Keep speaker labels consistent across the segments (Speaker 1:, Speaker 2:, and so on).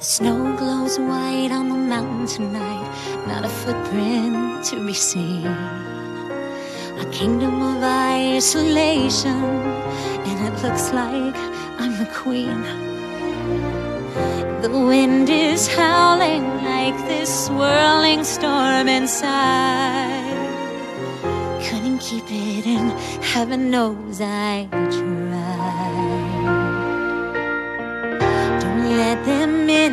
Speaker 1: The snow glows white on the mountain tonight, not a footprint to be seen. A kingdom of isolation, and it looks like I'm the queen. The wind is howling like this swirling storm inside. Couldn't keep it in, heaven knows I tried. Don't let them in,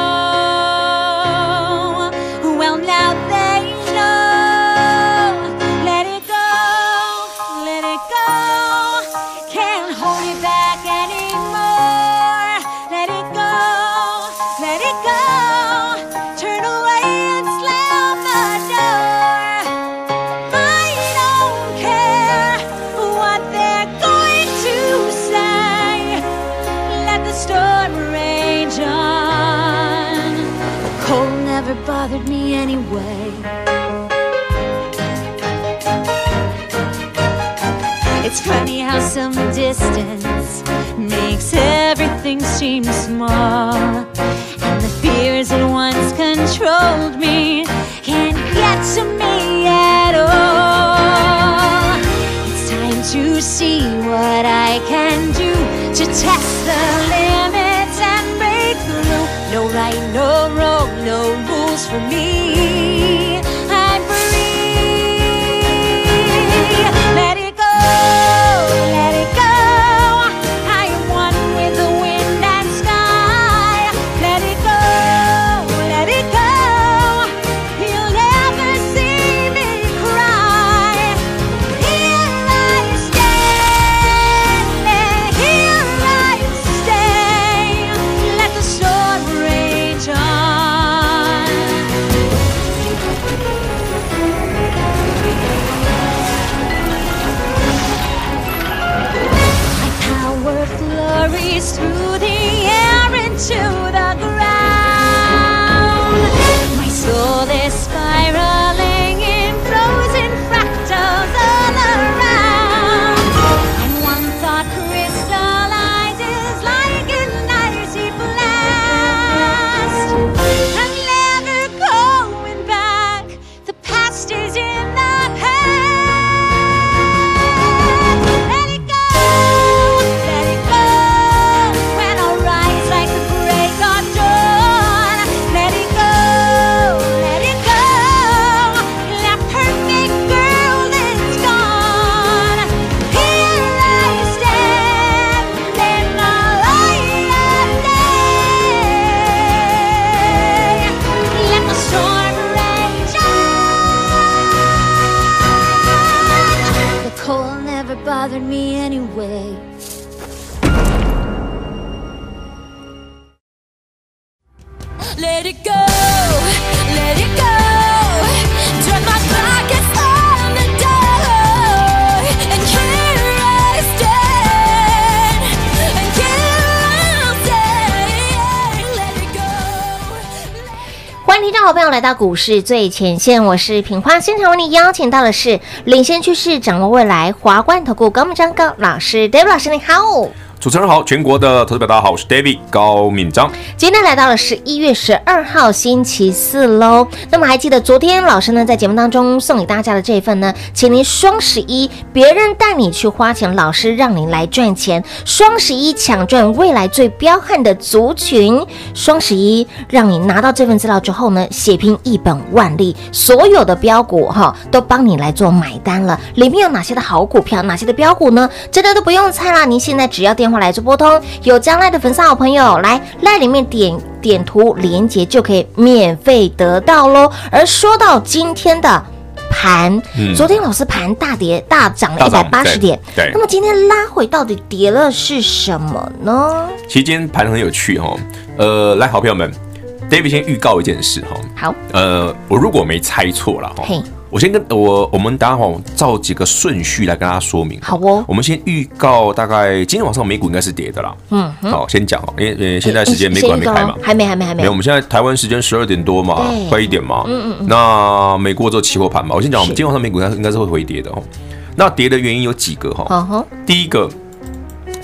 Speaker 1: Well, now they know. Let it go, let it go. Can't hold it back anymore. Let it go, let it go. Turn away and slam the door. I don't care what they're going to say. Let the storm rage on. The cold never bothered me anyway. It's funny how some distance makes everything seem small. And the fears that once controlled me can't get to me at all. It's time to see what I can do to test the limits and break through. No right, no wrong, no rules for me. I'm free. Let it go, let it go. I am one with the wind and sky. Let it go, let it go. You'll never see me cry. Here I stand, here I stay. Let the storm rage on. My power flurries through the air into the ground. My soul is spiraling in frozen fractals all around. And one thought crystallizes like an icy blast. I'm never going back. The past is in the past. Let it go, let it go. When I rise like the break of dawn, let it go, let it go. That perfect girl is gone. Here I stand, in the light of day. Let the storm rage on. The cold never bothered me anyway.
Speaker 2: 欢迎听众好朋友来到股市最前线，我是品花。现场为你邀请到的是领先趋势、掌握未来华冠投顾高明章高老师，David 老师，你好。
Speaker 3: 主持人好，全国的投资表大家好，我是 David 高敏章。
Speaker 2: 今天来到了十一月十二号星期四喽。那么还记得昨天老师呢在节目当中送给大家的这份呢，请您双十一别人带你去花钱，老师让你来赚钱。双十一抢赚未来最彪悍的族群，双十一让你拿到这份资料之后呢，血拼一本万利，所有的标股哈都帮你来做买单了。里面有哪些的好股票，哪些的标股呢？真的都不用猜啦，您现在只要电话来做拨通，有将来的粉丝好朋友来赖里面点点图连接就可以免费得到喽。而说到今天的。盘，
Speaker 3: 嗯
Speaker 2: 昨天老师盘大跌，大涨了一百
Speaker 3: 大涨
Speaker 2: 八十点。
Speaker 3: 对对
Speaker 2: 那么今天拉回到底跌了是什么呢？
Speaker 3: 其实今天盘很有趣哈、哦，呃，来，好朋友们，David 先预告一件事哈、哦，
Speaker 2: 好，
Speaker 3: 呃，我如果没猜错了哈
Speaker 2: 嘿，
Speaker 3: 我先跟我我们打好照几个顺序来跟大家说明。
Speaker 2: 好哦
Speaker 3: 我们先预告大概今天晚上美股应该是跌的啦。
Speaker 2: 嗯，
Speaker 3: 好，先讲哦，因为因为现在时间
Speaker 2: 哎
Speaker 3: 美股还没
Speaker 2: 先
Speaker 3: 开
Speaker 2: 预
Speaker 3: 嘛
Speaker 2: 告哦。还没，还没，还没
Speaker 3: 没有，我。们现在台湾时间十二点多嘛
Speaker 2: 对，
Speaker 3: 快一点嘛。嗯嗯嗯。那美国只有期货盘嘛，我先讲，我们今天晚上美股应该应该是会回跌的哦。那跌的原因有几个哈、
Speaker 2: 嗯哼，
Speaker 3: 第一个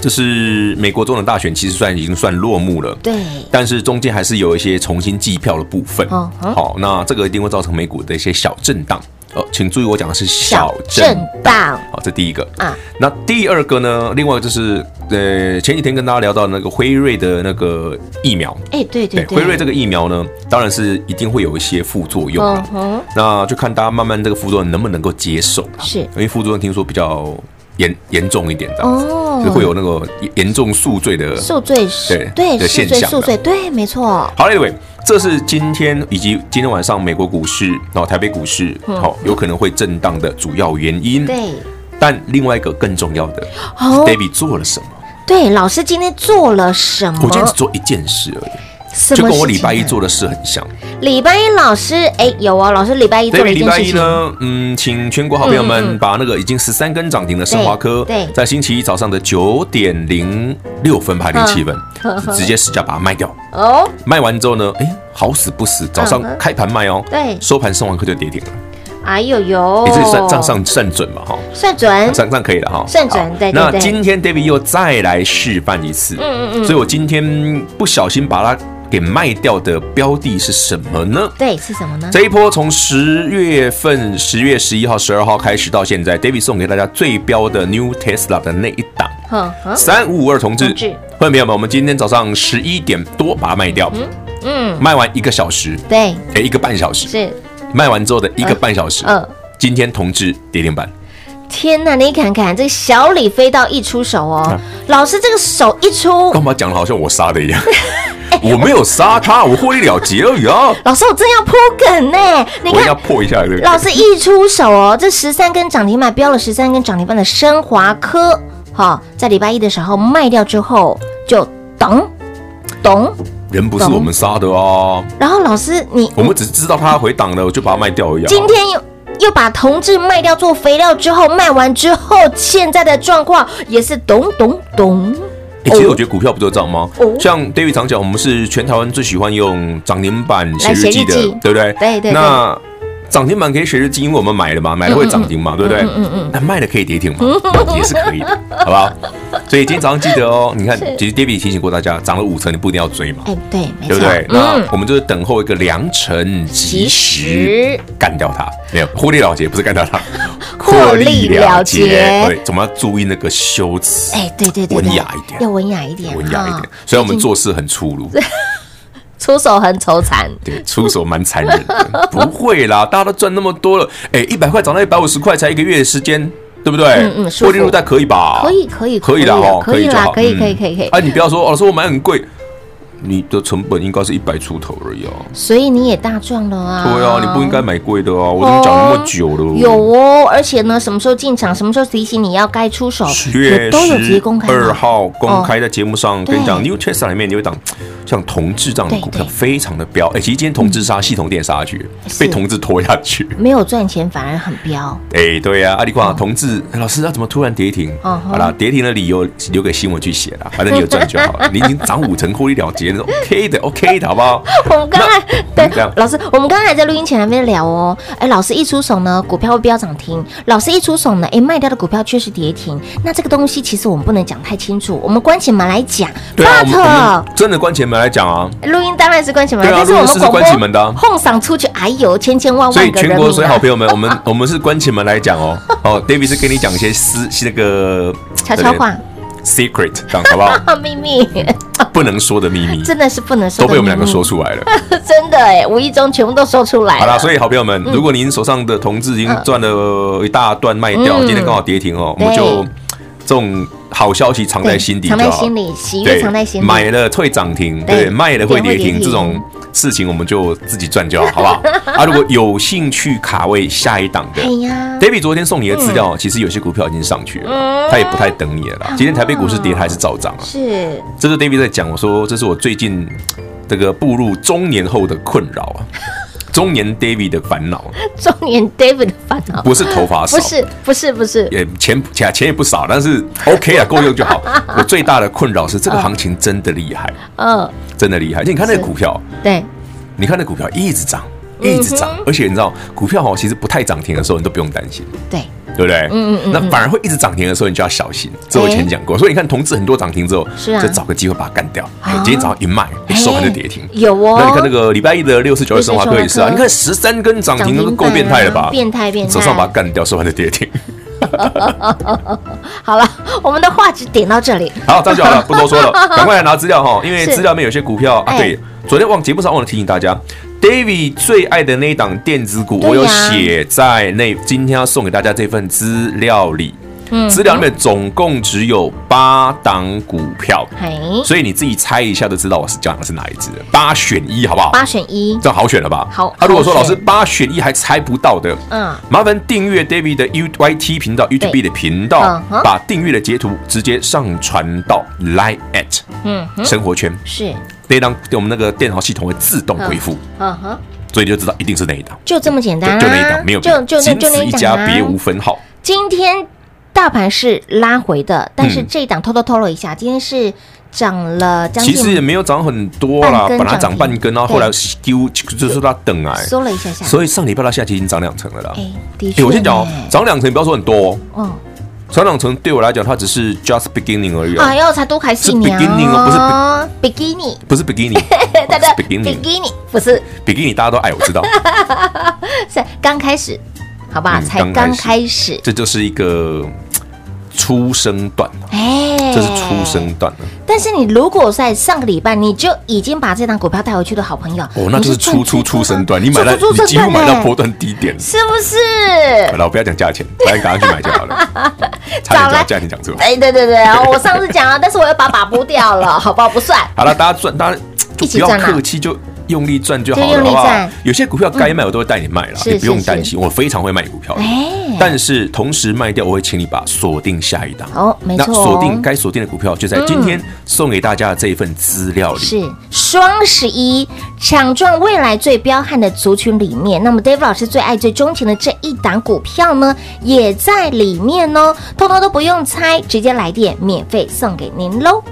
Speaker 3: 就是美国总统大选其实算已经算落幕了。
Speaker 2: 对，
Speaker 3: 但是中间还是有一些重新计票的部分。
Speaker 2: 嗯嗯
Speaker 3: 好，那这个一定会造成美股的一些小震荡。哦，请注意，我讲的是小震
Speaker 2: 震
Speaker 3: 荡。
Speaker 2: 荡
Speaker 3: 好，这第一个。
Speaker 2: 啊，
Speaker 3: 那第二个呢？另外就是，呃，前几天跟大家聊到那个辉瑞的那个疫苗，
Speaker 2: 哎，对对对，
Speaker 3: 辉瑞这个疫苗呢，当然是一定会有一些副作用
Speaker 2: 嗯
Speaker 3: 啦。
Speaker 2: 哼，
Speaker 3: 那就看大家慢慢这个副作用能不能够接受啦
Speaker 2: 是
Speaker 3: 因为副作用听说比较严严重一点这样子，
Speaker 2: 哦，
Speaker 3: 就会有那个严严重宿醉的
Speaker 2: 宿醉是，
Speaker 3: 对
Speaker 2: 对，
Speaker 3: 的
Speaker 2: 宿
Speaker 3: 现
Speaker 2: 醉，
Speaker 3: 象
Speaker 2: 宿醉，对，没错，
Speaker 3: 好，Anyway，这是今天以及今天晚上美国股市，然后台北股市，好、有可能会震荡的主要原因。，
Speaker 2: 嗯对，
Speaker 3: 但另外一个更重要的、
Speaker 2: 哦
Speaker 3: d a v i d 做了什么？
Speaker 2: 对，老师今天做了什么？
Speaker 3: 我今天只做一件事而已，
Speaker 2: 什
Speaker 3: 就
Speaker 2: 么
Speaker 3: 跟我
Speaker 2: 事
Speaker 3: 礼
Speaker 2: 情
Speaker 3: 拜一
Speaker 2: 啊，
Speaker 3: 做的事很像。
Speaker 2: 礼拜一老师，哎，有啊，老师礼拜一做了
Speaker 3: David
Speaker 2: 一
Speaker 3: 礼
Speaker 2: 件
Speaker 3: 拜
Speaker 2: 事
Speaker 3: 一
Speaker 2: 情，
Speaker 3: 呢，嗯，请全国好朋友
Speaker 2: 嗯嗯
Speaker 3: 们把那个已经十三根涨停的升华科，
Speaker 2: 对对
Speaker 3: 在星期一早上的九点零六分还零七分
Speaker 2: 嗯，
Speaker 3: 直接市价把它卖掉。
Speaker 2: 哦，
Speaker 3: 卖完之后呢，哎，好死不死，早上
Speaker 2: 嗯哼
Speaker 3: 开盘卖哦，
Speaker 2: 对
Speaker 3: 收盘升华科就跌停了。
Speaker 2: 哎呦呦，
Speaker 3: 你自己算账上算准嘛哈，
Speaker 2: 算准，
Speaker 3: 算算可以了哈，
Speaker 2: 嗯算准
Speaker 3: 好
Speaker 2: 对对
Speaker 3: 那
Speaker 2: 对
Speaker 3: 今天 David 又再来示范一次，
Speaker 2: 嗯嗯嗯
Speaker 3: 所以我今天不小心把它给卖掉的标的是什么呢？
Speaker 2: 对，是什么呢？
Speaker 3: 这一波从十月份十月十一号、十二号开始到现在，David 送给大家最标的 New Tesla 的那一档
Speaker 2: 哼哼，
Speaker 3: 三五五二同志
Speaker 2: 哦同志，
Speaker 3: 朋友们，我们今天早上十一点多把它卖掉，
Speaker 2: 嗯，
Speaker 3: 卖完一个小时，
Speaker 2: 对，
Speaker 3: 哎，一个半小时，
Speaker 2: 是，
Speaker 3: 卖完之后的一个半小时，
Speaker 2: 嗯。
Speaker 3: 今天同志跌停板。
Speaker 2: 天呐，你看看这个小李飞刀一出手哦，
Speaker 3: 啊
Speaker 2: 老师这个手一出，
Speaker 3: 干嘛讲的好像我杀的一样？ 我没有杀他，我获利了结而已啊！
Speaker 2: 老师我真要铺梗呢、你
Speaker 3: 我一定要
Speaker 2: 看。
Speaker 3: 破一下这个。
Speaker 2: 老师一出手哦，这十三根涨停板标了十三根涨停板的升华科，哈、在礼拜一的时候卖掉之后就懂懂，
Speaker 3: 人不是我们杀的啊，
Speaker 2: 然后老师你
Speaker 3: 我们只是知道他回档了，我就把它卖掉而已、啊。
Speaker 2: 今天又又把同志卖掉做肥料之后，卖完之后现在的状况也是懂懂懂，
Speaker 3: 欸其实我觉得股票不就这样吗？
Speaker 2: 哦
Speaker 3: 像 David 常讲，我们是全台湾最喜欢用涨停板写日记的
Speaker 2: 来写日记，
Speaker 3: 对不对？
Speaker 2: 对对
Speaker 3: 那涨停板可以写日记，因为我们买了嘛，买了会涨停嘛，对不对？嗯嗯。那卖了可以跌停嘛，也是可以的，好不好？所以今天早上记得哦，你看，其实 David 提醒过大家，涨了五成你不一定要追嘛。
Speaker 2: 哎，对，没错，
Speaker 3: 对
Speaker 2: 嗯
Speaker 3: 不对？那我们就是等候一个良辰吉
Speaker 2: 吉
Speaker 3: 时
Speaker 2: 时，
Speaker 3: 干掉它，没有获利了结，不是干掉 它，
Speaker 2: 获利了结
Speaker 3: 对，怎么要注意那个修辞？
Speaker 2: 哎，对对对对，
Speaker 3: 文雅一点
Speaker 2: 要文雅一点，啊
Speaker 3: 文雅一
Speaker 2: 哈
Speaker 3: 点，虽然我们做事很粗鲁，
Speaker 2: 出手很愁惨，
Speaker 3: 对，出手蛮残忍的。不 会啦，大家都赚那么多了，哎，一百块涨到一百五十块，才一个月的时间，对不对？
Speaker 2: 嗯嗯舒服
Speaker 3: 获利入袋可以吧？
Speaker 2: 可以可以啊
Speaker 3: 可以啦，哦，
Speaker 2: 可以
Speaker 3: 就
Speaker 2: 啦
Speaker 3: 好，
Speaker 2: 可以
Speaker 3: 嗯
Speaker 2: 可以可以可以。
Speaker 3: 啊，你不要说，哦老师我买很贵，你的成本应该是一百出头而已哦。
Speaker 2: 所以你也大赚了啊！
Speaker 3: 对啊，你不应该。买贵的啊，我都讲那么久了。
Speaker 2: 有哦，而且呢，什么时候进场，什么时候提醒你要该出手，
Speaker 3: 十
Speaker 2: 也
Speaker 3: 月
Speaker 2: 都有直接
Speaker 3: 十
Speaker 2: 公开
Speaker 3: 二
Speaker 2: 嘛。
Speaker 3: 号公开在节目上跟你讲
Speaker 2: 对
Speaker 3: ，New Tesla 里面有一档像同志这样的股票
Speaker 2: 对对
Speaker 3: 非常的彪，哎、其实今天同志杀系统电杀下去，
Speaker 2: 嗯是
Speaker 3: 被同志拖下去。
Speaker 2: 没有赚钱反而很彪，
Speaker 3: 哎、对呀、啊，阿里
Speaker 2: 哦
Speaker 3: 矿同志，哎老师他怎么突然跌停？
Speaker 2: 嗯哼
Speaker 3: 好啦，跌停的理由留给新闻去写啦，反正你有赚就好 了。你已经涨五成获利了结了，OK 的，OK 的好不好？
Speaker 2: 我们刚才对
Speaker 3: 嗯这样
Speaker 2: 老师，我们刚才在录音前还没聊哦。哎，老师一出手呢，股票会飙涨停；老师一出手呢，哎，卖掉的股票却是跌停。那这个东西其实我们不能讲太清楚，我们关起门来讲。
Speaker 3: 对啊，我们我
Speaker 2: But
Speaker 3: 们真的关前门来讲啊，
Speaker 2: 录音当然是关起门来，
Speaker 3: 对啊
Speaker 2: 但是我们
Speaker 3: 录音室
Speaker 2: 广
Speaker 3: 是
Speaker 2: 播
Speaker 3: 关起门的啊
Speaker 2: 哄嗓出去，哎呦，千千万
Speaker 3: 所以
Speaker 2: 万个人
Speaker 3: 全
Speaker 2: 民、啊。
Speaker 3: 国所有好朋友们，我们 我们是关起门来讲哦。哦，David 是跟你讲一些私那个
Speaker 2: 悄悄话、
Speaker 3: secret，这样好 不好？
Speaker 2: 啊秘密，
Speaker 3: 不能说的秘密，
Speaker 2: 真的是不能说。
Speaker 3: 都被我们两个说，出来了。
Speaker 2: 真的哎，无意中全部都说出来
Speaker 3: 好啦，
Speaker 2: 了。
Speaker 3: 所以好朋友
Speaker 2: 嗯
Speaker 3: 们，如果您手上的同志已经赚了一大段卖掉，
Speaker 2: 嗯
Speaker 3: 今天刚好跌停哦，我们就这种好消息藏在心底就
Speaker 2: 藏
Speaker 3: 好，
Speaker 2: 在心里，喜悦
Speaker 3: 对，
Speaker 2: 藏在心里。
Speaker 3: 买了会涨停，
Speaker 2: 对
Speaker 3: 对，卖了会跌
Speaker 2: 跌会跌
Speaker 3: 停，
Speaker 2: 停
Speaker 3: 这种事情我们就自己赚就好，好不 好？啊，如果有兴趣卡位下一档的
Speaker 2: 哎呀，嗯
Speaker 3: ，David 昨天送你的资料，其实有些股票已经上去了，他也不太等你
Speaker 2: 啊
Speaker 3: 了啦。今天台北股市跌，它还是照涨啊。
Speaker 2: 是
Speaker 3: 这是 David 在讲，我说这是我最近这个步入中年后的困扰 啊，中年 David 的烦恼，啊
Speaker 2: 中年 David 的烦恼，
Speaker 3: 不是头发少
Speaker 2: 不。是不是不是，
Speaker 3: 也钱钱钱也不少，但是 OK 啊，够用就好。我最大的困扰是这个行情真的厉害，
Speaker 2: 嗯，
Speaker 3: 真的厉害。而且你看那个股票，
Speaker 2: 对，
Speaker 3: 你看那股票一直涨，
Speaker 2: 嗯
Speaker 3: 一直涨，而且你知道股票哦，其实不太涨停的时候，你都不用担心，
Speaker 2: 对，
Speaker 3: 对不对？嗯嗯那反而会一直涨停的时候，你就要小心。这我以前讲过，所以你看同志很多涨停之后，
Speaker 2: 哎是啊
Speaker 3: 就找个机会把它干掉。哎
Speaker 2: 哦
Speaker 3: 今天早上一卖，一收盘就跌停
Speaker 2: 哎。有哦。
Speaker 3: 那你看那个礼拜一的六四九二生华科也是
Speaker 2: 六四九
Speaker 3: 啊，
Speaker 2: 二
Speaker 3: 你看十三根涨停，那个够变态了吧？
Speaker 2: 变态变态。
Speaker 3: 手上把它干掉，收盘就跌停。
Speaker 2: 好了， 我们的话只点到这里。
Speaker 3: 好，这样 就好了，不多说了，赶快来拿资料哈，因为
Speaker 2: 是
Speaker 3: 资料里面有些股票啊，
Speaker 2: 哎
Speaker 3: 对，昨天忘节目上忘了提醒大家。David 最爱的那一档电子股，
Speaker 2: 对呀
Speaker 3: 我有写在那今天要送给大家这份资料里，
Speaker 2: 嗯
Speaker 3: 资料里面总共只有八档股票，
Speaker 2: 嘿，
Speaker 3: 所以你自己猜一下就知道我是讲的是哪一只，八选一，好不好？
Speaker 2: 八选一，
Speaker 3: 这样好选了吧？
Speaker 2: 好
Speaker 3: 啊，如果说
Speaker 2: 好
Speaker 3: 老
Speaker 2: 选
Speaker 3: 师八选一还猜不到的，
Speaker 2: 嗯，
Speaker 3: 麻烦订阅 David 的 U Y T 频道、YouTube 的频道
Speaker 2: 嗯，哼
Speaker 3: 把订阅的截图直接上传到 Line at
Speaker 2: 嗯哼，
Speaker 3: 生活圈，
Speaker 2: 是，
Speaker 3: 那一档我们那个电脑系统会自动回复，
Speaker 2: 嗯哼，
Speaker 3: 所以你就知道一定是那一档，
Speaker 2: 就这么简
Speaker 3: 就
Speaker 2: 单啦，
Speaker 3: 就那一档，没有别
Speaker 2: 就
Speaker 3: 的，
Speaker 2: 就那
Speaker 3: 仅
Speaker 2: 就那
Speaker 3: 此一家，
Speaker 2: 档啊
Speaker 3: 别无分号。
Speaker 2: 今天大盘是拉回的，但是
Speaker 3: 嗯
Speaker 2: 这一档偷偷透露一下，今天是涨了将
Speaker 3: 其实也
Speaker 2: 近
Speaker 3: 没有涨很多啦，
Speaker 2: 半根
Speaker 3: 本来
Speaker 2: 涨
Speaker 3: 涨
Speaker 2: 停
Speaker 3: 半根啊，然后后来
Speaker 2: 对
Speaker 3: 丢就是它等哎，
Speaker 2: 缩了一下下，
Speaker 3: 所以上礼拜到现在其实已经涨两成了啦。
Speaker 2: 哎，的确
Speaker 3: 哎，
Speaker 2: 呢，
Speaker 3: 我先讲哦，涨两成不要说很多哦，
Speaker 2: 嗯，
Speaker 3: 涨两成对我来讲它只是 just beginning 而已哦，
Speaker 2: 哎呦，才多开
Speaker 3: 是
Speaker 2: 四年
Speaker 3: beginning 哦
Speaker 2: 不是 beginning，
Speaker 3: 不是 beginning，
Speaker 2: 对
Speaker 3: 是
Speaker 2: 对
Speaker 3: beginning。
Speaker 2: ，beginning 不是
Speaker 3: 比基尼大家都爱，我 知道，
Speaker 2: 是刚开始，好吧，
Speaker 3: 嗯
Speaker 2: 才刚
Speaker 3: 刚
Speaker 2: 开
Speaker 3: 开
Speaker 2: 始，
Speaker 3: 这就是一个嘖出生段，
Speaker 2: 哎，
Speaker 3: 这是出生段啊了。
Speaker 2: 但是你如果在上个礼拜你就已经把这档股票带回去的好朋友，
Speaker 3: 哦，那就是
Speaker 2: 你
Speaker 3: 出出出生段，你买
Speaker 2: 出
Speaker 3: 到
Speaker 2: 出
Speaker 3: 你
Speaker 2: 出
Speaker 3: 几
Speaker 2: 生
Speaker 3: 乎买
Speaker 2: 段哎
Speaker 3: 到
Speaker 2: 呢
Speaker 3: 波段低点。
Speaker 2: 是不是？
Speaker 3: 好了，我不要讲 价钱，大家赶快去买就好了。差点
Speaker 2: 早来
Speaker 3: 把价钱讲出来。
Speaker 2: 哎，对对对，我上次讲了，但是我又把把拨掉了，好不好？不算。
Speaker 3: 好了，大家赚，大家
Speaker 2: 一
Speaker 3: 嘖
Speaker 2: 起
Speaker 3: 就不要
Speaker 2: 赚啦
Speaker 3: 客气，就用力赚就好
Speaker 2: 就用
Speaker 3: 了，
Speaker 2: 力
Speaker 3: 好不好
Speaker 2: 赚？
Speaker 3: 有些股票该卖我都会带你卖了，
Speaker 2: 是
Speaker 3: 你不用
Speaker 2: 是
Speaker 3: 担心，我非常会卖股票的。
Speaker 2: 哎，
Speaker 3: 但是同时卖掉，我会请你把锁定下一档。
Speaker 2: 哦没
Speaker 3: 那
Speaker 2: 错哦嗯
Speaker 3: 锁定该锁定的股票就在今天送给大家的这一份资料里。
Speaker 2: 是双十一抢赚未来最彪悍的族群里面，那么 Dave 老师最爱、最钟情的这一档股票呢，也在里面哦，通通都不用猜，直接来电免费送给您喽。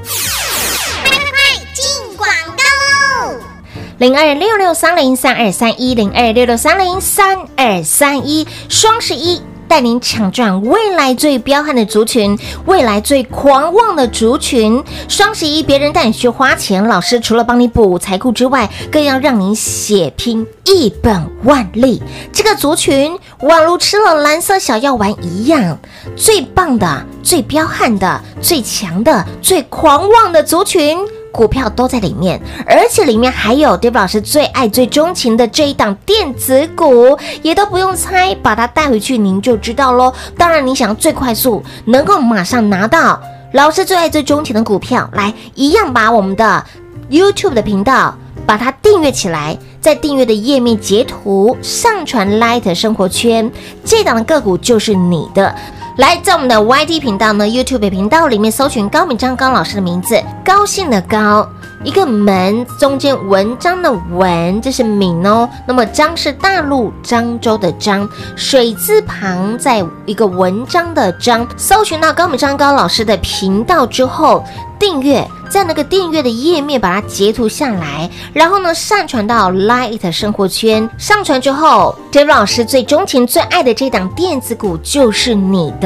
Speaker 2: 零二六六三零三二三一零二六六三零三二三一，双十一。带您抢赚未来最彪悍的族群，未来最狂妄的族群。双十一，别人带你去花钱，老师除了帮你补财库之外，更要让你血拼一本万利。这个族群宛如吃了蓝色小药丸一样，最棒的、最彪悍的、最强的、最狂妄的族群。股票都在里面，而且里面还有 Dave 老师最爱、最钟情的这一档电子股，也都不用猜，把它带回去您就知道喽。当然，你想要最快速能够马上拿到老师最爱、最钟情的股票，来一样把我们的 YouTube 的频道把它订阅起来，在订阅的页面截图上传 Light 生活圈，这档的个股就是你的。来，在我们的 YT 频道呢，YouTube 频道里面搜寻高敏章高老师的名字，高兴的高，一个门中间文章的文，这是敏哦。那么章是大陆漳州的漳，水字旁在一个文章的章。搜寻到高敏章高老师的频道之后，订阅，在那个订阅的页面把它截图下来，然后呢上传到 Light 生活圈。上传之后，Dave 老师最钟情、最爱的这档电子股就是你的。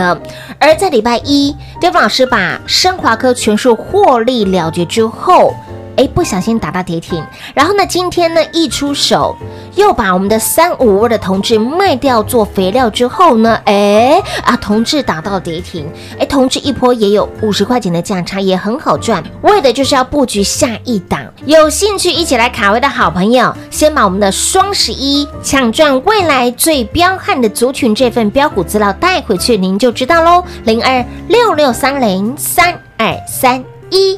Speaker 2: 而在礼拜一，Dave 老师把升华科全数获利了结之后。哎，不小心打到跌停。然后呢，今天呢一出手又把我们的三五二的同志卖掉做肥料之后呢，哎啊，同志打到跌停，哎，同志一波也有五十块钱的价差，也很好赚。为的就是要布局下一档，有兴趣一起来卡位的好朋友，先把我们的双十一抢赚未来最彪悍的族群这份标股资料带回去，您就知道喽。零二六六三零三二三一。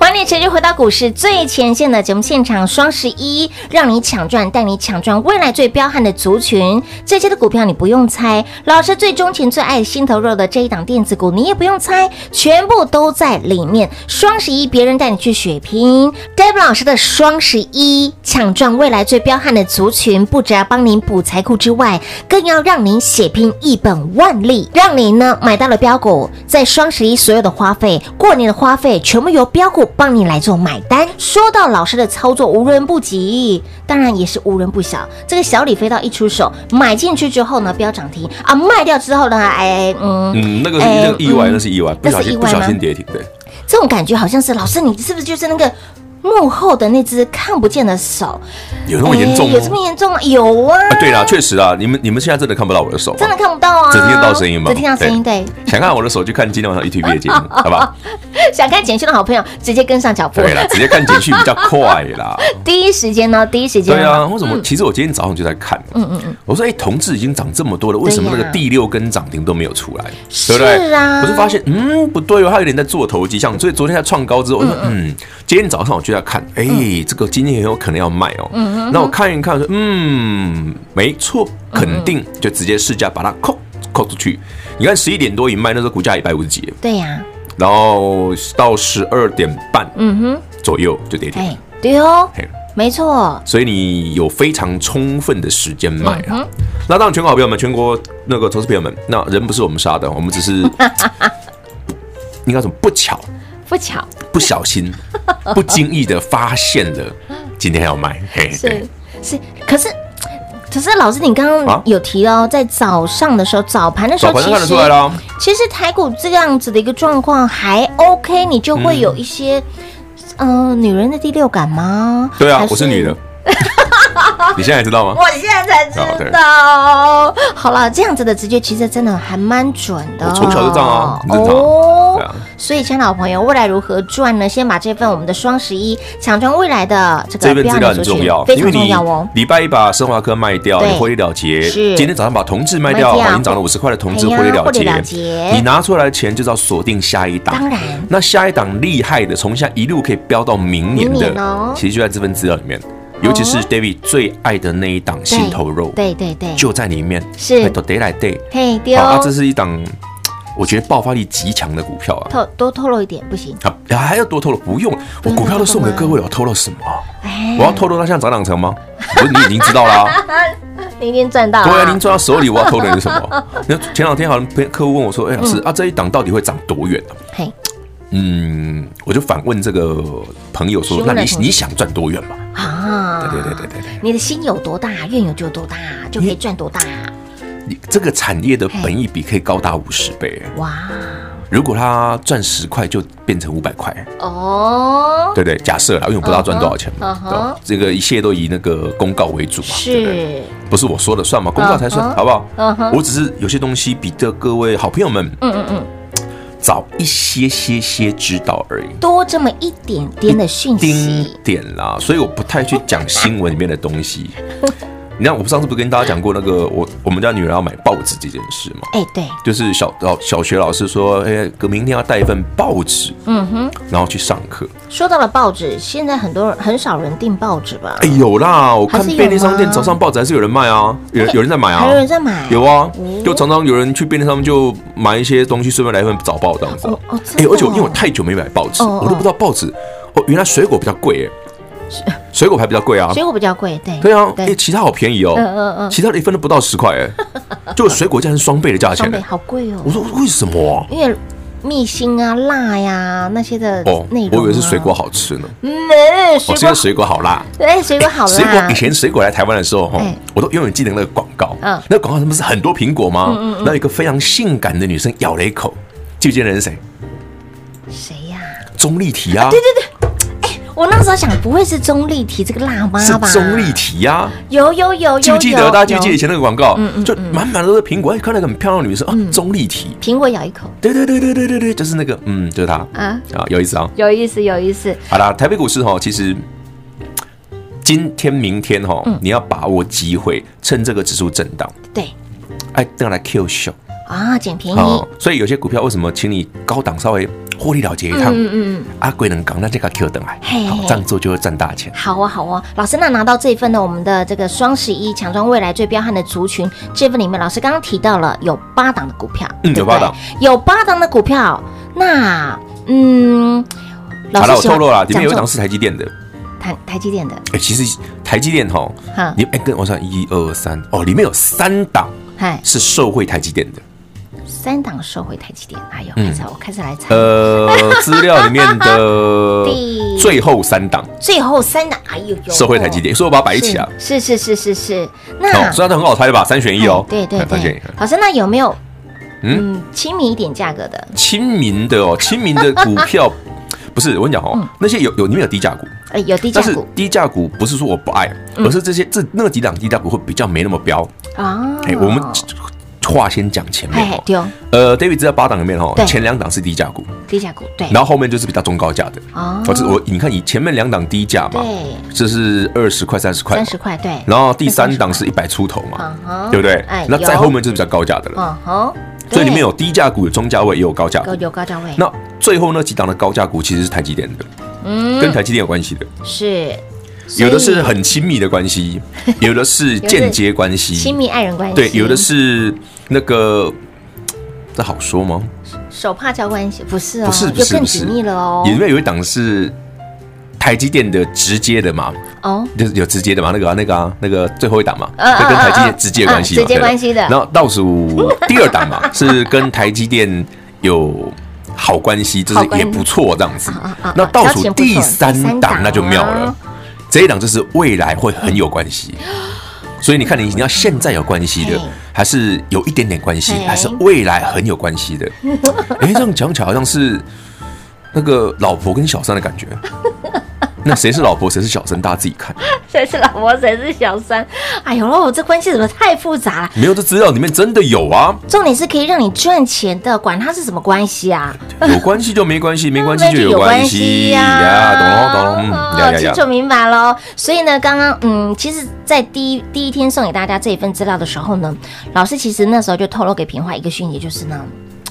Speaker 2: 欢迎你持续回到股市最前线的节目现场，双十一让你抢赚，带你抢赚未来最彪悍的族群。这些的股票你不用猜，老师最钟情、最爱、心头肉的这一档电子股，你也不用猜，全部都在里面。双十一别人带你去血拼，Dave 老师的双十一抢赚未来最彪悍的族群，不只要帮您补财库之外，更要让您血拼一本万利，让您呢买到了标股，在双十一所有的花费、过年的花费，全部由标股帮你来做买单。说到老师的操作无人不及，当然也是无人不晓。这个小李飞刀一出手，买进去之后呢，飙涨停啊，卖掉之后呢，哎，嗯，
Speaker 3: 嗯，那个是
Speaker 2: 哎
Speaker 3: 那个意外，
Speaker 2: 嗯
Speaker 3: 那是意外，不小
Speaker 2: 那是意
Speaker 3: 心
Speaker 2: 外
Speaker 3: 不小
Speaker 2: 吗
Speaker 3: 心跌停，对，
Speaker 2: 这种感觉好像是老师，你是不是就是那个幕后的那只看不见的手？
Speaker 3: 有那么严重
Speaker 2: 哎
Speaker 3: 吗
Speaker 2: 有这么严重吗？有啊，
Speaker 3: 啊，对啦，确实啊，你们你们现在真的看不到我的手啊，
Speaker 2: 真的看不到啊，
Speaker 3: 只听得到声音吗
Speaker 2: 只听到声音，对。
Speaker 3: 想看我的手去看今天晚上 ETV 的节目， 好不好？
Speaker 2: 想看简讯的好朋友，直接跟上脚步，
Speaker 3: 对啦，直接看简讯比较快啦。
Speaker 2: 第一时间呢，第一时间
Speaker 3: 对
Speaker 2: 呢
Speaker 3: 啊，为什么？其实我今天早上就在看，嗯嗯嗯，我说哎，同志已经涨这么多了，为什么那个第六根涨停都没有出来，对不对？
Speaker 2: 是啊
Speaker 3: 我就发现，嗯，不对哦，它有点在做投机，像所以昨天它创高之后，我说嗯，今天早上我就在看，哎，这个今天很有可能要卖哦，那我看一看，我说嗯，没错，肯定就直接试价把它扣扣出去。你看十一点多一卖，那时候股价一百五十几，
Speaker 2: 对呀，
Speaker 3: 然后到十二点半
Speaker 2: 嗯哼，
Speaker 3: 左右就跌停了
Speaker 2: 哎。，对哦
Speaker 3: 嘿，
Speaker 2: 没错，
Speaker 3: 所以你有非常充分的时间卖
Speaker 2: 嗯
Speaker 3: 啊。那当然，全国好朋友们，全国那个投资朋友们，那人不是我们杀的，我们只是应该怎么不巧、
Speaker 2: 不巧，
Speaker 3: 不小心、不经意的发现了今天要卖，嘿嘿
Speaker 2: 是，是，可是。可是老师，你刚刚
Speaker 3: 啊
Speaker 2: 有提到，在早上的时候，早盘的时候，
Speaker 3: 早盘
Speaker 2: 其
Speaker 3: 就
Speaker 2: 实
Speaker 3: 看得出来了。
Speaker 2: 其实台股这样子的一个状况还 OK，你就会有一些，嗯、女人的第六感吗？
Speaker 3: 对啊
Speaker 2: 还，
Speaker 3: 我 是女的，你现在知道吗？
Speaker 2: 我现在才知
Speaker 3: 啊
Speaker 2: 道。好了，这样子的直觉其实真的还蛮准的、哦
Speaker 3: 我从小就这样啊你知道对啊
Speaker 2: 所以，亲爱的老朋友，未来如何赚呢？先把这份我们的双十一抢赚未来的这
Speaker 3: 这
Speaker 2: 个
Speaker 3: 份
Speaker 2: 标
Speaker 3: 资料
Speaker 2: 的
Speaker 3: 很
Speaker 2: 族
Speaker 3: 重
Speaker 2: 群
Speaker 3: 要，
Speaker 2: 非
Speaker 3: 因
Speaker 2: 常
Speaker 3: 为
Speaker 2: 重
Speaker 3: 你
Speaker 2: 要哦。
Speaker 3: 礼拜一把升华科卖掉，
Speaker 2: 对
Speaker 3: 你获利了结。
Speaker 2: 是
Speaker 3: 今天早上把同志卖掉，
Speaker 2: 卖掉
Speaker 3: 已经涨了五十块的同志
Speaker 2: 哎呀
Speaker 3: 获利了
Speaker 2: 获利了
Speaker 3: 结
Speaker 2: 结。
Speaker 3: 你拿出来的钱就是要锁定下一档，
Speaker 2: 当然
Speaker 3: 那下一档厉害的，从现在一路可以飙到明年
Speaker 2: 明
Speaker 3: 的
Speaker 2: 年哦，
Speaker 3: 其实就在这份资料里面，尤其是 David 最爱的那一档心头肉，
Speaker 2: 对对对，
Speaker 3: 就在里面，
Speaker 2: 是
Speaker 3: 都得来 day。啊
Speaker 2: 嘿丢
Speaker 3: 好，，那这是一档我觉得爆发力极强的股票啊。
Speaker 2: 透多透露一点不行，
Speaker 3: 啊，还要多透露？不用，我
Speaker 2: 用
Speaker 3: 股票都送给各位了，我透露什么啊？
Speaker 2: 哎
Speaker 3: 我要透露它像涨两成吗？不是，你已经知道啦、
Speaker 2: 您已经赚到了，
Speaker 3: 对啊，您赚到手里，我要透露你什么？那前两天好像朋客户问我说：“哎，老师啊，这一档到底会涨多远啊
Speaker 2: 嘿，？”
Speaker 3: 嗯，我就反问这个朋友说
Speaker 2: 询：“问
Speaker 3: 那
Speaker 2: 了
Speaker 3: 你
Speaker 2: 同学
Speaker 3: 你想赚多远嘛？”
Speaker 2: 啊，
Speaker 3: 对对对对对对，
Speaker 2: 你的心有多大，愿有就多大，就可以赚多大，
Speaker 3: 你这个产业的本益比可以高达五十倍，
Speaker 2: 哇，
Speaker 3: 如果他赚十块，就变成五百块。
Speaker 2: 哦，
Speaker 3: 对对，假设啦，因为我不知道赚多少钱
Speaker 2: 嗯
Speaker 3: 嘛
Speaker 2: 哼
Speaker 3: 对吧，这个一切都以那个公告为主嘛，对不对
Speaker 2: 是，
Speaker 3: 不是我说了算嘛，公告才算
Speaker 2: 嗯哼
Speaker 3: 好不好
Speaker 2: 嗯哼
Speaker 3: 我只是有些东西比这各位好朋友们
Speaker 2: 嗯嗯嗯，
Speaker 3: 早一些些些知道而已。
Speaker 2: 多这么一点点的讯
Speaker 3: 丁
Speaker 2: 息，
Speaker 3: 点啦，所以我不太去讲新闻里面的 东西。你看，我上次不是跟大家讲过那个我我们家女儿要买报纸这件事吗？
Speaker 2: 哎，对，
Speaker 3: 就是小老小学老师说，哎、哥明天要带一份报纸，
Speaker 2: 嗯哼，
Speaker 3: 然后去上课。
Speaker 2: 说到了报纸，现在很多人很少人订报纸吧？
Speaker 3: 哎、有啦，我
Speaker 2: 还
Speaker 3: 看
Speaker 2: 是有
Speaker 3: 便利商店
Speaker 2: 吗
Speaker 3: 早上报纸还是有人卖啊，有人有人在买啊，
Speaker 2: 还有人在买，
Speaker 3: 有啊
Speaker 2: 哦，
Speaker 3: 就常常有人去便利商店就买一些东西，顺便来一份早报这样子啊
Speaker 2: 哦。哦真
Speaker 3: 哎
Speaker 2: 的哦
Speaker 3: 而且我因为我太久没买报纸，
Speaker 2: 哦哦
Speaker 3: 我都不知道报纸哦，原来水果比较贵
Speaker 2: 哦
Speaker 3: 哎，水果还比较贵啊。
Speaker 2: 水果比较贵，对，
Speaker 3: 对啊，哎，
Speaker 2: 对，
Speaker 3: 其他好便宜
Speaker 2: 嗯嗯
Speaker 3: 哦
Speaker 2: 嗯，
Speaker 3: 其他的一份都不到十块 哎，就水果竟然是双倍的价
Speaker 2: 双
Speaker 3: 钱
Speaker 2: 倍
Speaker 3: 哎。
Speaker 2: 好贵哦
Speaker 3: 我，说为什么啊？
Speaker 2: 因为蜜心啊、辣呀那些的
Speaker 3: 哦，
Speaker 2: 内
Speaker 3: 我
Speaker 2: 容，啊
Speaker 3: 以为是水果，好吃呢，
Speaker 2: 嗯，哎
Speaker 3: 哦，
Speaker 2: 水
Speaker 3: 是因
Speaker 2: 果
Speaker 3: 为，水果好辣。
Speaker 2: 哎，水果好
Speaker 3: 水果
Speaker 2: 辣
Speaker 3: 以，前水果来台湾的时候，哈
Speaker 2: 哎，
Speaker 3: 我都永远记得那个广告。
Speaker 2: 嗯
Speaker 3: 那个广告他们是很多苹果吗？然后有一个非常性感的女生咬了一口，记不记得人是谁？
Speaker 2: 谁呀？
Speaker 3: 钟丽缇啊，对对
Speaker 2: 我那时候想，不会是钟丽缇这个辣妈吧？
Speaker 3: 是钟丽缇呀，
Speaker 2: 有有有有，
Speaker 3: 记不记得？
Speaker 2: 有嗯
Speaker 3: 大家记不记得以
Speaker 2: 有
Speaker 3: 前那个广告？就满满的都是苹果，哎，看到一个很漂亮的女生
Speaker 2: 嗯
Speaker 3: 啊，钟丽缇，
Speaker 2: 苹果咬一口
Speaker 3: 对对对对对对对，就是那个，嗯，就是她
Speaker 2: 啊？
Speaker 3: 啊，有意思啊。
Speaker 2: 有意思，有意思，
Speaker 3: 好啦，台北股市哈，其实。今天、明天哈，
Speaker 2: 嗯
Speaker 3: 你要把握机会，趁这个指数震荡，
Speaker 2: 对
Speaker 3: 哎，等来 Q 秀。
Speaker 2: 啊，捡便宜，
Speaker 3: 哦，所以有些股票为什么请你高档稍微获利了结一趟？
Speaker 2: 嗯嗯嗯，
Speaker 3: 阿贵能港，那这个 Q 等来，
Speaker 2: 嘿
Speaker 3: 好这样做就会赚大钱。
Speaker 2: 好哦，好哦，老师，那拿到这份呢，我们的这个双十一强装未来最彪悍的族群这份里面，老师刚刚提到了有八档的股票，
Speaker 3: 嗯
Speaker 2: 对不对
Speaker 3: 有八档，
Speaker 2: 有八档的股票，那嗯，老
Speaker 3: 好
Speaker 2: 师
Speaker 3: 了，我
Speaker 2: 喜欢
Speaker 3: 透露了，里
Speaker 2: 讲
Speaker 3: 面有一
Speaker 2: 这
Speaker 3: 档
Speaker 2: 种
Speaker 3: 是台积电的。
Speaker 2: 台台积电的，
Speaker 3: 哎，其实台积电哈
Speaker 2: 哈，
Speaker 3: 你哎跟我算一二三哦，里面有三档
Speaker 2: 嗨，
Speaker 3: 是受惠台积电的。
Speaker 2: 三档收回台积电，哎呦，
Speaker 3: 嗯
Speaker 2: 开始我开始来猜，
Speaker 3: 呃， 资料里面的
Speaker 2: 第
Speaker 3: 最后三档
Speaker 2: 最后三档，哎呦呦，
Speaker 3: 受惠台积电，所以我把它摆一起啊。
Speaker 2: 是是是是是是，那
Speaker 3: 哦，所以它很好猜的吧？三选一哦
Speaker 2: 哎，对对
Speaker 3: 哎三选
Speaker 2: 对
Speaker 3: 一。，
Speaker 2: 老师，那有没有
Speaker 3: 嗯
Speaker 2: 嗯亲民一点价格的？
Speaker 3: 亲民的 哦，亲民的股票不是我跟你讲哦，那些有有里面有低价股，
Speaker 2: 呃，有嗯低价
Speaker 3: 但是
Speaker 2: 股嗯
Speaker 3: 低价股不是说我不爱，而是这些这那几档低价股会比较没那么标。
Speaker 2: 啊
Speaker 3: 哎，我们话先讲前面
Speaker 2: 哎
Speaker 3: 哦。
Speaker 2: 丢
Speaker 3: 呃，David 知道八档里面哦
Speaker 2: 对，
Speaker 3: 前两档是低价股，
Speaker 2: 低价股对
Speaker 3: 然后后面就是比较中高价的。
Speaker 2: 哦
Speaker 3: 哦，这是我你看，你前面两档低价嘛，
Speaker 2: 对
Speaker 3: 这是二十块、三十块
Speaker 2: 三
Speaker 3: 嘛，
Speaker 2: 十块对，
Speaker 3: 然后第三档是一百出头嘛，
Speaker 2: 嗯哼
Speaker 3: 对不对
Speaker 2: 哎？
Speaker 3: 那再
Speaker 2: 有
Speaker 3: 后面就是比较高价的了。
Speaker 2: 嗯哼，
Speaker 3: 所以里面
Speaker 2: 对
Speaker 3: 有低价股、有中价位，也有高价股
Speaker 2: 有。有高价位，
Speaker 3: 那最后那几档的高价股其实是台积电的，
Speaker 2: 嗯
Speaker 3: 跟台积电有关系的，
Speaker 2: 是所以
Speaker 3: 有的是很亲密的关系，有 的是间接关
Speaker 2: 亲
Speaker 3: 系，
Speaker 2: 密爱人关系，
Speaker 3: 对，有的是那个。这好说吗？
Speaker 2: 手帕交关系，不是哦，
Speaker 3: 不是，不
Speaker 2: 又
Speaker 3: 是，
Speaker 2: 更
Speaker 3: 不
Speaker 2: 紧
Speaker 3: 是，
Speaker 2: 密了哦，
Speaker 3: 因为有一档是台积电的直接的嘛，
Speaker 2: 哦
Speaker 3: 就是有直接的嘛，那个啊，那个啊，那个最后一档嘛，
Speaker 2: 嗯
Speaker 3: 就跟台积
Speaker 2: 嗯嗯
Speaker 3: 电直接有关系
Speaker 2: 嗯
Speaker 3: 嘛，
Speaker 2: 直接
Speaker 3: 对不对
Speaker 2: 关系的
Speaker 3: 然后倒数第二 档嘛，是跟台积电有好关系，就是
Speaker 2: 好关
Speaker 3: 也
Speaker 2: 系
Speaker 3: 不错这样子
Speaker 2: 啊啊啊。
Speaker 3: 那倒
Speaker 2: 交情
Speaker 3: 数
Speaker 2: 不错
Speaker 3: 第
Speaker 2: 第
Speaker 3: 三
Speaker 2: 三档
Speaker 3: 档那就妙
Speaker 2: 啊
Speaker 3: 了，这一档就是未来会很有关系。所以你看，你你要现在有关系的
Speaker 2: 哦嘿，
Speaker 3: 还是有一点点关系
Speaker 2: 嘿，
Speaker 3: 还是未来很有 关系的？哎，这样讲起来好像是那个老婆跟小三的感 觉。那谁是老婆，谁是小三，大家自己看。
Speaker 2: 谁是老婆谁是小三，哎呦喽，这关系怎么太复杂了？
Speaker 3: 没有，这资料里面真的 有啊，
Speaker 2: 重点是可以让你赚钱的，管它是什么关系啊？
Speaker 3: 有关系就没关 系，没关系
Speaker 2: 那
Speaker 3: 就有关系呀，懂了懂了，嗯，呀
Speaker 2: 哦清
Speaker 3: 呀
Speaker 2: 楚
Speaker 3: 呀，
Speaker 2: 明白喽。所以呢，刚刚嗯，其实，在第一第一天送给大家这一份资料的时候呢，老师其实那时候就透露给平花一个讯息，就是呢，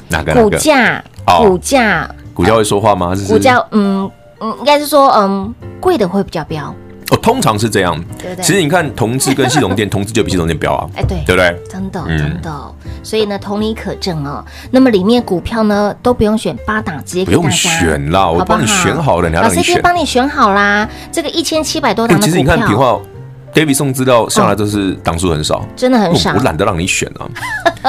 Speaker 3: 哪个哪
Speaker 2: 股
Speaker 3: 个？
Speaker 2: 价
Speaker 3: 哦
Speaker 2: 股价
Speaker 3: 股价会说话吗？是不是
Speaker 2: 股价，嗯嗯，应该是说嗯，贵的会比较标，
Speaker 3: 哦，通常是这样。
Speaker 2: 对不对
Speaker 3: 其实你看同志跟系统店，同志就比系统店标啊，
Speaker 2: 哎对
Speaker 3: 对不对？
Speaker 2: 真的，
Speaker 3: 嗯
Speaker 2: 真的哦，所以呢，同理可证哦。那么里面股票呢都不用选八档，直接
Speaker 3: 不
Speaker 2: 给大家
Speaker 3: 用选啦，我
Speaker 2: 好不
Speaker 3: 帮你选好了，你还
Speaker 2: 老
Speaker 3: 让
Speaker 2: 师
Speaker 3: 你
Speaker 2: 已经
Speaker 3: 选。哎
Speaker 2: 帮你选好啦。这个一千七百多档的
Speaker 3: 其
Speaker 2: 股
Speaker 3: 实你看平
Speaker 2: 票，
Speaker 3: 话，David 送资料上来都是档数很少，
Speaker 2: 真嗯的很
Speaker 3: 我
Speaker 2: 少
Speaker 3: 哦我。懒得让你选啊。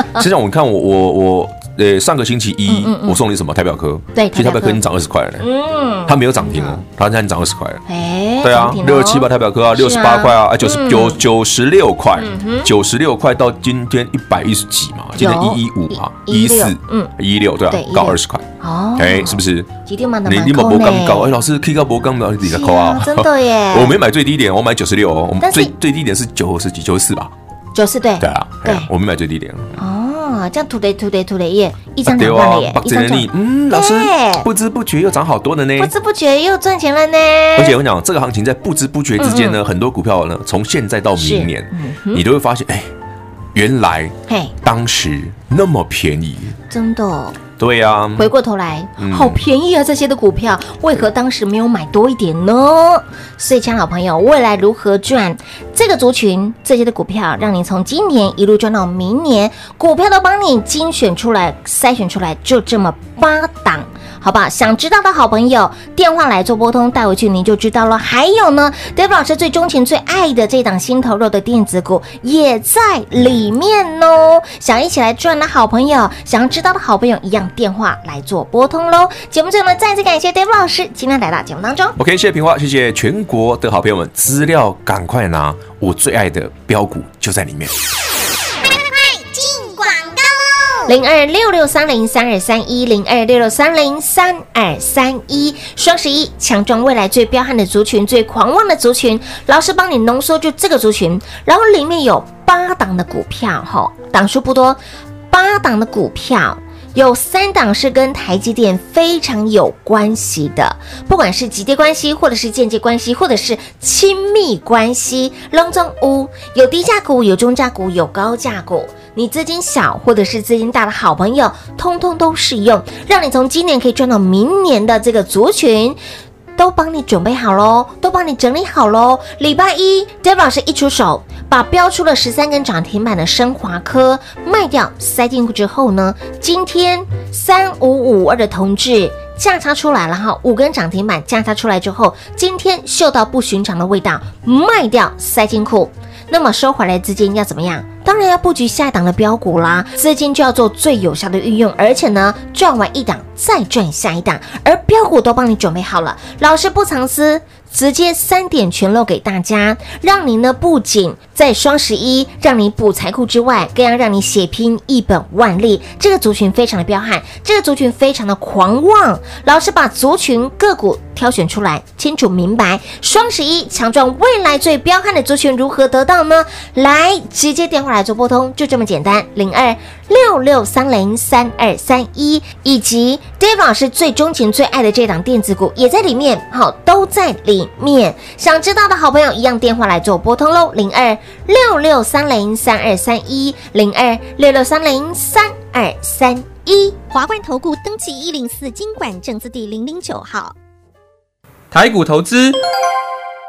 Speaker 3: 实际上，我看我我我，呃，上个星期一我送你什么台表科？
Speaker 2: 嗯对
Speaker 3: 其实台
Speaker 2: 台表
Speaker 3: 表
Speaker 2: 科
Speaker 3: 科已经涨二十块了，
Speaker 2: 嗯，
Speaker 3: 它没有涨停哦，它现在已经涨二十块了。
Speaker 2: 哎，
Speaker 3: 对啊
Speaker 2: 涨停，了
Speaker 3: 六
Speaker 2: 哦
Speaker 3: 十七吧，台表科啊，
Speaker 2: 是
Speaker 3: 六
Speaker 2: 啊
Speaker 3: 十八块啊，哎，九
Speaker 2: 嗯
Speaker 3: 十九九十六块，九十六块到今天一百一十几嘛，今天
Speaker 2: 有
Speaker 3: 一一五嘛，
Speaker 2: 一
Speaker 3: 一
Speaker 2: 一六
Speaker 3: 四，
Speaker 2: 嗯，
Speaker 3: 一六对啊
Speaker 2: 对一，
Speaker 3: 高
Speaker 2: 六
Speaker 3: 二十块，
Speaker 2: 哦，
Speaker 3: 哎，是不是？
Speaker 2: 一定蛮的
Speaker 3: 你
Speaker 2: 蛮
Speaker 3: 你有
Speaker 2: 高
Speaker 3: 没有
Speaker 2: 呢
Speaker 3: 刚高？哎，老师 K 高博刚高，你在
Speaker 2: 是
Speaker 3: 扣啊
Speaker 2: 啊？真的耶
Speaker 3: 我没买最低点，我买九十六哦，我
Speaker 2: 但
Speaker 3: 们
Speaker 2: 是
Speaker 3: 最最低点是九十几、九十四吧？
Speaker 2: 九四对
Speaker 3: 对啊，哎呀，我没买最低点。
Speaker 2: 哦，这样土雷土雷土雷耶，一张
Speaker 3: 对
Speaker 2: 两万
Speaker 3: 啊
Speaker 2: 了耶，，一
Speaker 3: 这
Speaker 2: 张
Speaker 3: 能
Speaker 2: 两
Speaker 3: 力，嗯，老师
Speaker 2: 对
Speaker 3: 不知不觉又涨好多了呢。
Speaker 2: 不知不觉又赚钱了呢。
Speaker 3: 而且我跟你讲，这个行情在不知不觉之间呢，很多股票呢，从现在到明年，你都会发现，哎，原来
Speaker 2: 嘿，
Speaker 3: 当时那么便宜。
Speaker 2: 真的哦
Speaker 3: 对呀，
Speaker 2: 回过头来，
Speaker 3: 嗯
Speaker 2: 好便宜啊！这些的股票为何当时没有买多一点呢？所以，亲爱的好朋友，未来如何赚这个族群这些的股票，让你从今年一路赚到明年，股票都帮你精选出来、筛选出来，就这么八档。好吧，想知道的好朋友，电话来做拨通，带回去您就知道了。还有呢，David 老师最钟情、最爱的这档心头肉的电子股也在里面哦。想一起来赚的好朋友，想要知道的好朋友，一样电话来做拨通喽。节目最后呢，再次感谢 David 老师今天来到节目当中。
Speaker 3: OK，谢谢平花，谢谢全国的好朋友们，资料赶快拿，我最爱的标股就在里面。
Speaker 2: 零二六六三零三二三一零二六六三零三二三一，双十一强壮未来最彪悍的族群，最狂妄的族群，老师帮你浓缩就这个族群，然后里面有八档的股票，哈，档数不多，八档的股票。有三档是跟台积电非常有关系的，不管是直接关系，或者是间接关系，或者是亲密关系。龙中屋有低价股，有中价股，有高价股。你资金小或者是资金大的好朋友，通通都适用，让你从今年可以赚到明年的这个族群。都帮你准备好喽，都帮你整理好喽。礼拜一，Dave 老师一出手，把标出了十三根涨停板的升华科卖掉，塞进去之后呢，今天三五五二的同志价差出来了哈，五根涨停板价差出来之后，今天嗅到不寻常的味道，卖掉塞进库。那么收回来资金要怎么样？当然要布局下一档的标股啦，资金就要做最有效的运用，而且呢，赚完一档再赚下一档，而标股都帮你准备好了，老师不藏私。直接三点全漏给大家，让您呢不仅在双十一让你补财库之外，更要让你血拼一本万利。这个族群非常的彪悍，这个族群非常的狂妄。老师把族群个股挑选出来，清楚明白。双十一强壮未来最彪悍的族群如何得到呢？来，直接电话来做拨通，就这么简单。零二六六三零三二三一，以及 Dave 老师最钟情、最爱的这档电子股也在里面，好，都在里面。想知道的好朋友，一样电话来做拨通喽，零二六六三零三二三一，零二六六三零三二三一。
Speaker 4: 华冠投顾登记一零四经管证字第零零九号。
Speaker 5: 台股投资，